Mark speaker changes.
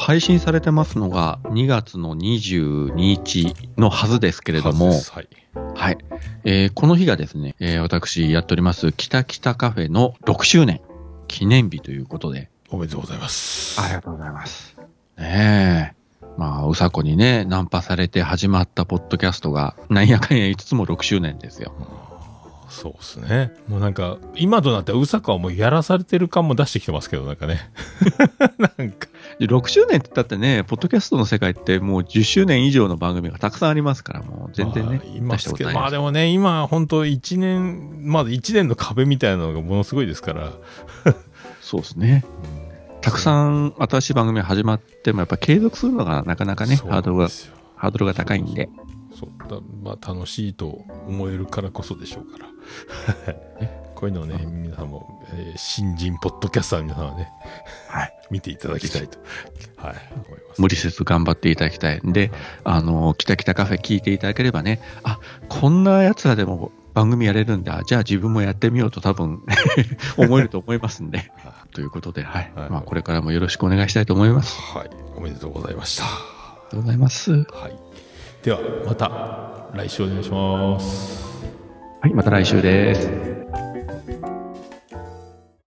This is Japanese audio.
Speaker 1: 配信されてますのが2月の22日のはずですけれども、
Speaker 2: はい。
Speaker 1: はいえーこの日がですね、えー私やっております、キタキタカフェの6周年記念日ということで、
Speaker 2: おめでとうございます。
Speaker 1: ありがとうございます。ねえ。まあ、うさこにね、ナンパされて始まったポッドキャストが、なんやかんや言いつつも6周年ですよ。
Speaker 2: そうですね。もうなんか、今となってはうさかはもうやらされてる感も出してきてますけど、なんかね。なんか、
Speaker 1: で6周年って言ったってね、ポッドキャストの世界ってもう10周年以上の番組がたくさんありますから、もう全然ね
Speaker 2: まあ、いますけ
Speaker 1: 大
Speaker 2: ど、
Speaker 1: したことないです
Speaker 2: まあでもね、今本当一年、まだ一年の壁みたいなのがものすごいですから。
Speaker 1: そうですね。たくさん新しい番組始まっても、やっぱ継続するのがなかなかね、
Speaker 2: そう
Speaker 1: ハ
Speaker 2: な
Speaker 1: ード
Speaker 2: ん
Speaker 1: ル
Speaker 2: で
Speaker 1: が、
Speaker 2: すよ
Speaker 1: ハードルが高いんで。
Speaker 2: そうだまあ楽しいと思えるからこそでしょうから こういうのをね皆さんも、えー新人ポッドキャスターの皆さんはね、
Speaker 1: はい、
Speaker 2: 見ていただきたいと、はい、思います
Speaker 1: 無理せず頑張っていただきたいんで、あの、キタキタカフェ聞いていただければね、あ、こんな奴らでも番組やれるんだ、じゃあ自分もやってみようと多分 思えると思いますんで。ということで、はい。
Speaker 2: はい
Speaker 1: まあ、これからもよろしくお願いしたいと思います。
Speaker 2: はいおめでとうございました、は
Speaker 1: ありがとうございます。
Speaker 2: い、ではまた来週お願いします
Speaker 1: はい、また来週です。